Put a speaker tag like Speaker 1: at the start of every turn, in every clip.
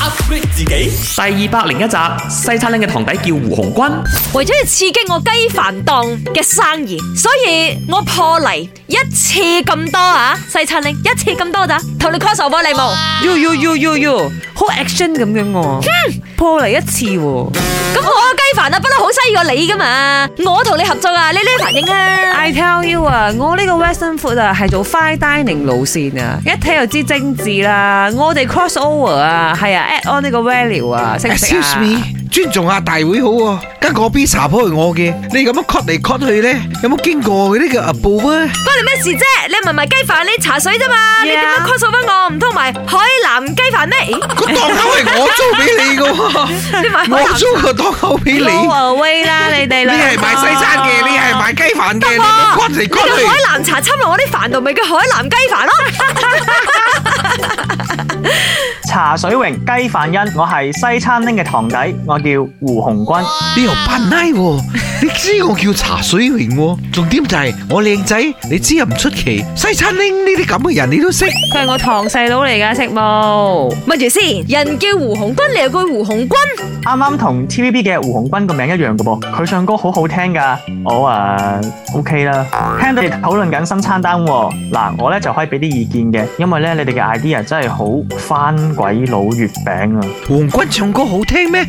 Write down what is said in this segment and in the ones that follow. Speaker 1: upgrade 自己。
Speaker 2: 第二百零一集，西餐廳嘅堂弟叫胡鴻鈞，
Speaker 3: 為咗要刺激我雞飯檔嘅生意，所以我破例一次咁多啊，西餐令一次咁多咋，同你 call 手波你冇，
Speaker 4: 要要要要要，好 action 咁樣喎，破嚟一次喎
Speaker 3: 咁我嘅雞飯啊不嬲好犀過你噶嘛，我同你合作啊，你呢啲反應啊，
Speaker 4: ！I tell you à, 啊，我呢個 Western food 啊係做 fine dining à. 路線啊，一睇就知精緻啦。我哋 cross over 啊，係啊，add on 呢個 value à, 啊，識唔識
Speaker 5: Excuse
Speaker 4: 啊？
Speaker 5: me，尊重下大會好喎，間個 pizza 鋪係我嘅，你咁樣 cut 嚟 cut 去咧，有冇經過呢個啊步啊？
Speaker 3: 關你咩事啫？你唔係賣雞飯，你茶水啫嘛，你點樣
Speaker 4: Yeah
Speaker 3: call 手波我？唔通埋海南雞飯 咩？咦
Speaker 5: 個檔口係我租俾你嘅
Speaker 3: 你買海
Speaker 5: 喎，
Speaker 3: 南
Speaker 5: 我租個檔口俾你，你
Speaker 4: Go away 啦，你哋啦！
Speaker 5: 係賣西餐嘅，你係賣雞飯嘅，你冇 cut 嚟
Speaker 3: 你嘅
Speaker 5: cut
Speaker 3: 海
Speaker 5: 去。
Speaker 3: 南茶侵落我啲飯度，咪叫海南雞飯 咯？
Speaker 6: 茶水榮雞飯欣，我係西餐廳嘅堂弟，我叫胡鴻鈞。
Speaker 5: 你又扮拉喎，你知我叫茶水榮喎，重點就係我靚仔，你知又唔出奇。西餐廳呢啲咁嘅人你都識，
Speaker 4: 佢係我堂細佬嚟㗎，識冇？
Speaker 3: 問住先，人叫胡鴻鈞，你又叫胡鴻鈞。
Speaker 6: 啱啱同 TVB 嘅胡鴻鈞個名一樣嘅噃，佢唱歌好好聽㗎。我啊 OK 啦，聽到你哋討論緊新餐單喎，嗱我咧就可以俾啲意見嘅，因為咧你哋嘅 idea 真係好翻鬼佬月餅啊！
Speaker 5: 黃君唱歌好聽 咩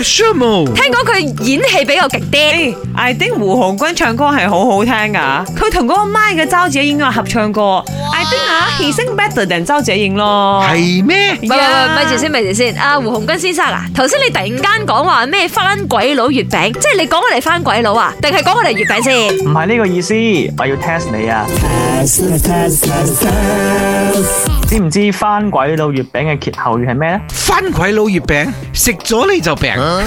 Speaker 5: ？Sure 冇。
Speaker 3: 聽講佢演戲比較勁啲，
Speaker 4: 誒，I think 胡鴻鈞唱歌係好好聽噶，佢同嗰個麥嘅周姐應該有合唱過。I think 啊，he sing better than 周姐應
Speaker 5: 哦
Speaker 4: 咯。
Speaker 5: 係咩？
Speaker 3: 喂喂喂，咪住先，咪住先。阿胡鴻鈞先生啊，頭先你突然間講話咩翻鬼佬月餅，即係你講我哋翻鬼佬啊，定係講我哋月餅先？
Speaker 6: 唔係呢個意思，我要 test 你啊！知唔知翻鬼佬月餅嘅歇後語係咩呢？
Speaker 5: 番鬼佬月餅食咗你就病，
Speaker 3: 啊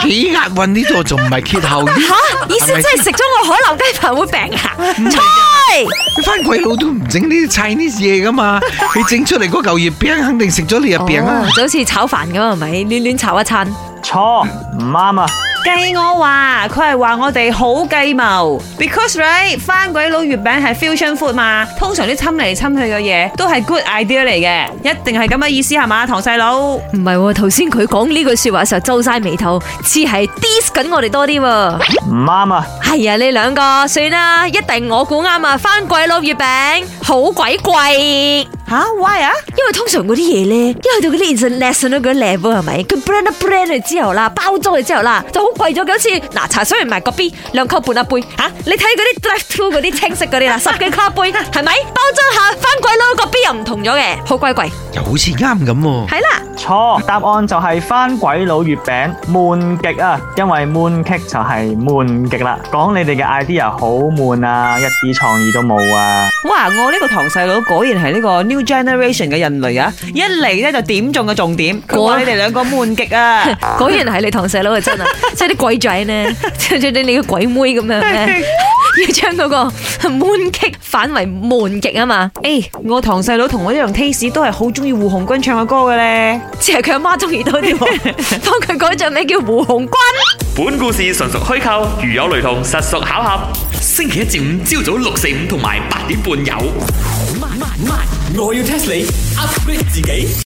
Speaker 5: 幾押韻呢度仲唔係歇後語？
Speaker 3: 吓，意思
Speaker 5: 係咪
Speaker 3: 即係食咗我海南雞飯會病啊？猜，
Speaker 5: 番鬼佬都唔整呢啲砌呢啲嘢噶嘛？你整出嚟嗰嚿月餅肯定食咗你就病啦
Speaker 3: 哦。就好似炒飯咁啊，係咪？亂亂炒一餐，
Speaker 6: 錯，唔啱啊！
Speaker 4: 計我話，佢係話我哋好計謀，because right 番鬼佬月餅係 fusion food 嘛，通常啲侵嚟侵去嘅嘢都係 good idea 嚟嘅，一定係咁嘅意思係嘛，堂細佬。
Speaker 3: 唔係喎，頭先佢講呢句說話嘅時候皺晒眉頭，似係 diss 緊我哋多啲喎。
Speaker 6: 唔啱啊！
Speaker 3: 係啊，你兩個算啦，一定我估啱啊！翻鬼佬月餅好鬼貴。
Speaker 4: 吓，why 啊？
Speaker 3: 因為通常嗰啲嘢咧，一去到嗰啲 international 嗰啲 level 係咪？佢 brand 一 brand 佢之後啦，包裝佢之後啦，就好貴咗嘅。好似嗱茶水唔係個 B 兩扣半一杯嚇、啊你睇嗰啲 drive through 嗰啲清晰嗰啲啦，十幾卡杯係咪？包裝下翻鬼佬個 B 又唔同咗嘅，好鬼貴
Speaker 5: 又好似啱咁喎。
Speaker 3: 係啦。
Speaker 6: 錯，答案就係番鬼佬月餅悶極啊！因為悶極就係悶極啦。講你哋嘅 idea 好悶啊，一啲創意都冇啊！
Speaker 4: 哇！我呢個堂細佬果然係呢個 new generation 嘅人類啊，一嚟咧就點中嘅重點，佢
Speaker 3: 果
Speaker 4: 話
Speaker 3: 然
Speaker 4: 你哋兩個悶極啊！
Speaker 3: 果然係你堂細佬啊，真啊，即係啲鬼仔呢，即係你個鬼妹咁樣咧，要將嗰個悶極反為悶極啊嘛。
Speaker 4: 誒、我堂細佬同我一樣 taste 都係好中意胡鴻鈞唱嘅歌嘅咧。
Speaker 3: 只係佢阿媽中意多啲喎，幫佢改咗名叫胡鴻鈞。
Speaker 2: 本故事純屬虛構，如有雷同，實屬巧合。星期一至五朝早六四五同埋八點半有。
Speaker 1: 慢慢慢，我要 test 你 upgrade 自己。